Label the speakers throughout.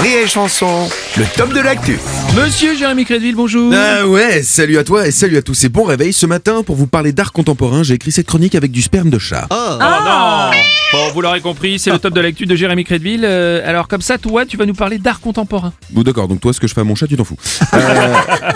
Speaker 1: Rire et chanson, le top de l'actu.
Speaker 2: Monsieur Jérémy Crédville, bonjour.
Speaker 1: Ah ouais, salut à toi et salut à tous et bon réveil. Ce matin, pour vous parler d'art contemporain, j'ai écrit cette chronique avec du sperme de chat.
Speaker 2: non Bon, vous l'aurez compris, c'est le top de l'actu de Jérémy Crédville. Euh, alors comme ça, toi, tu vas nous parler d'art contemporain.
Speaker 1: Bon d'accord, donc toi ce que je fais à mon chat, tu t'en fous. Euh,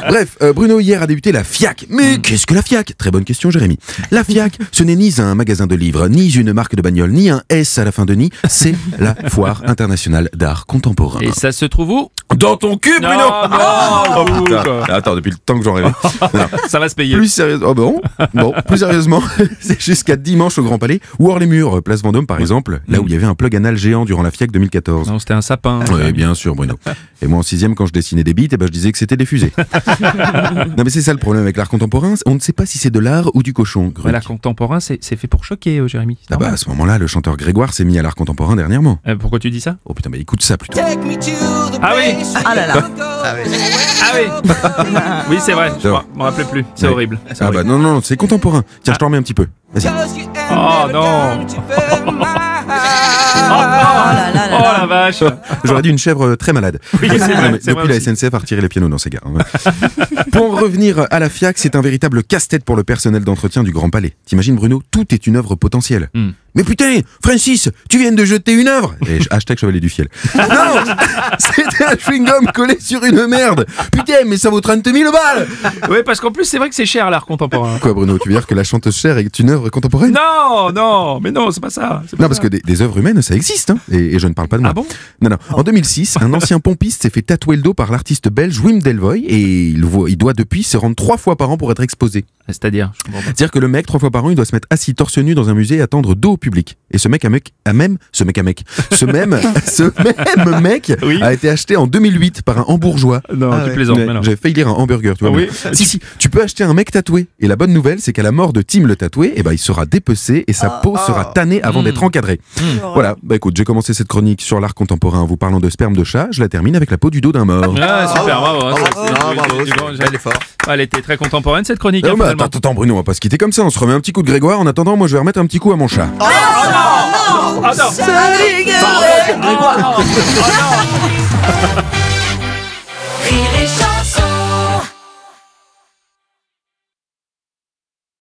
Speaker 1: bref, euh, Bruno hier a débuté la FIAC. Mais qu'est-ce que la FIAC Très bonne question Jérémy. La FIAC, ce n'est ni un magasin de livres, ni une marque de bagnole, ni un S à la fin de ni, c'est la foire internationale d'art contemporain.
Speaker 2: Et ça se trouve où
Speaker 1: Dans ton cul
Speaker 2: Ah. Non,
Speaker 1: Bruno
Speaker 2: non,
Speaker 1: Oh,
Speaker 2: vous,
Speaker 1: putain.
Speaker 2: quoi.
Speaker 1: Attends, depuis le temps que j'en rêvais. Non.
Speaker 2: Ça va se payer.
Speaker 1: Plus sérieusement, oh bon, bon, plus sérieusement, c'est jusqu'à dimanche au Grand Palais ou hors les murs, euh, place Vendôme par exemple, là où il y avait un plug anal géant durant la FIAC 2014.
Speaker 2: Mm. Non, c'était un sapin.
Speaker 1: Oui, bien sûr, Bruno. Et moi, en sixième, quand je dessinais des bites, eh ben, je disais que c'était des fusées. non, mais c'est ça le problème avec l'art contemporain. On ne sait pas si c'est de l'art ou du cochon.
Speaker 2: Mais
Speaker 1: Gruc.
Speaker 2: l'art contemporain, c'est c'est fait pour choquer, euh, Jérémy. C'est
Speaker 1: Ah bah,
Speaker 2: normal.
Speaker 1: à ce moment-là, le chanteur Grégoire s'est mis à l'art contemporain dernièrement.
Speaker 2: Euh, pourquoi tu dis ça
Speaker 1: Oh putain, mais écoute ça plutôt.
Speaker 2: Ah oui
Speaker 3: Ah là là.
Speaker 2: Ah oui Oui, c'est vrai. Je
Speaker 1: Non.
Speaker 2: m'en- m'en rappelais plus. C'est
Speaker 1: Ouais.
Speaker 2: horrible. C'est
Speaker 1: Ah bah
Speaker 2: horrible.
Speaker 1: non, non, non, c'est contemporain. Tiens, je t'en remets un petit peu. Vas-y.
Speaker 3: Oh
Speaker 2: non.
Speaker 3: non.
Speaker 2: Oh la vache
Speaker 1: J'aurais dit une chèvre euh, très malade.
Speaker 2: Oui, c'est vrai,
Speaker 1: Non, mais
Speaker 2: c'est vrai
Speaker 1: depuis la
Speaker 2: aussi.
Speaker 1: SNCF a retiré les pianos dans ces gars. hein. pour en revenir à la FIAC, c'est un véritable casse-tête pour le personnel d'entretien du Grand Palais. T'imagines Bruno, tout est une œuvre potentielle.
Speaker 2: Hmm.
Speaker 1: Mais putain, Francis, tu viens de jeter une œuvre Et je- hashtag chevalier du fiel. non C'était un chewing-gum collé sur une merde Putain, mais ça vaut 30 000 balles
Speaker 2: Oui, parce qu'en plus, c'est vrai que c'est cher l'art contemporain.
Speaker 1: Quoi Bruno, tu veux dire que la chanteuse chère est une œuvre contemporaine
Speaker 2: Non, non, mais non, c'est pas ça. c'est pas
Speaker 1: Non, parce
Speaker 2: ça.
Speaker 1: que des, des œuvres humaines, ça existe, hein, et, et je ne parle pas de moi.
Speaker 2: Ah bon
Speaker 1: Non, non. En 2006, un ancien pompiste s'est fait tatouer le dos par l'artiste belge Wim Delvoye, et il, voit- il doit depuis se rendre trois fois par an pour être exposé.
Speaker 2: C'est-à-dire je comprends pas.
Speaker 1: C'est-à-dire que le mec, trois fois par an, il doit se mettre assis torse nu dans un musée et attendre dos au public. Et ce mec, à mec, à même, ce mec à mec, ce même, ce même mec
Speaker 2: Oui.
Speaker 1: a été acheté en 2008 par un hambourgeois.
Speaker 2: Non, tu plaisantes.
Speaker 1: Ouais,
Speaker 2: Ah mais non.
Speaker 1: J'avais failli lire un hamburger, tu vois.
Speaker 2: Ah oui.
Speaker 1: mais- Si, si, tu peux acheter un mec tatoué. Et la bonne nouvelle, c'est qu'à la mort de Tim le tatoué, eh ben, il sera dépecé et sa peau sera tannée avant
Speaker 2: Mm.
Speaker 1: d'être encadrée.
Speaker 2: Hmm.
Speaker 1: Voilà, bah écoute, j'ai commencé cette chronique sur l'art contemporain en vous parlant de sperme de chat. Je la termine avec la peau du dos d'un mort.
Speaker 2: Ah, super, bravo. hein, ça, c'est-
Speaker 4: Non,
Speaker 2: du-
Speaker 4: bravo,
Speaker 2: du-
Speaker 4: c'est
Speaker 2: du-
Speaker 4: un bel effort.
Speaker 2: Ah, Elle était très contemporaine cette chronique.
Speaker 1: Non,
Speaker 2: hein,
Speaker 1: Eh mais
Speaker 2: finalement.
Speaker 1: attends, attends, attends, Bruno, on va pas se quitter comme ça. On se remet un petit coup de Grégoire. En attendant, moi, je vais remettre un petit coup à mon chat.
Speaker 2: Ah non
Speaker 3: Salut, Grégoire.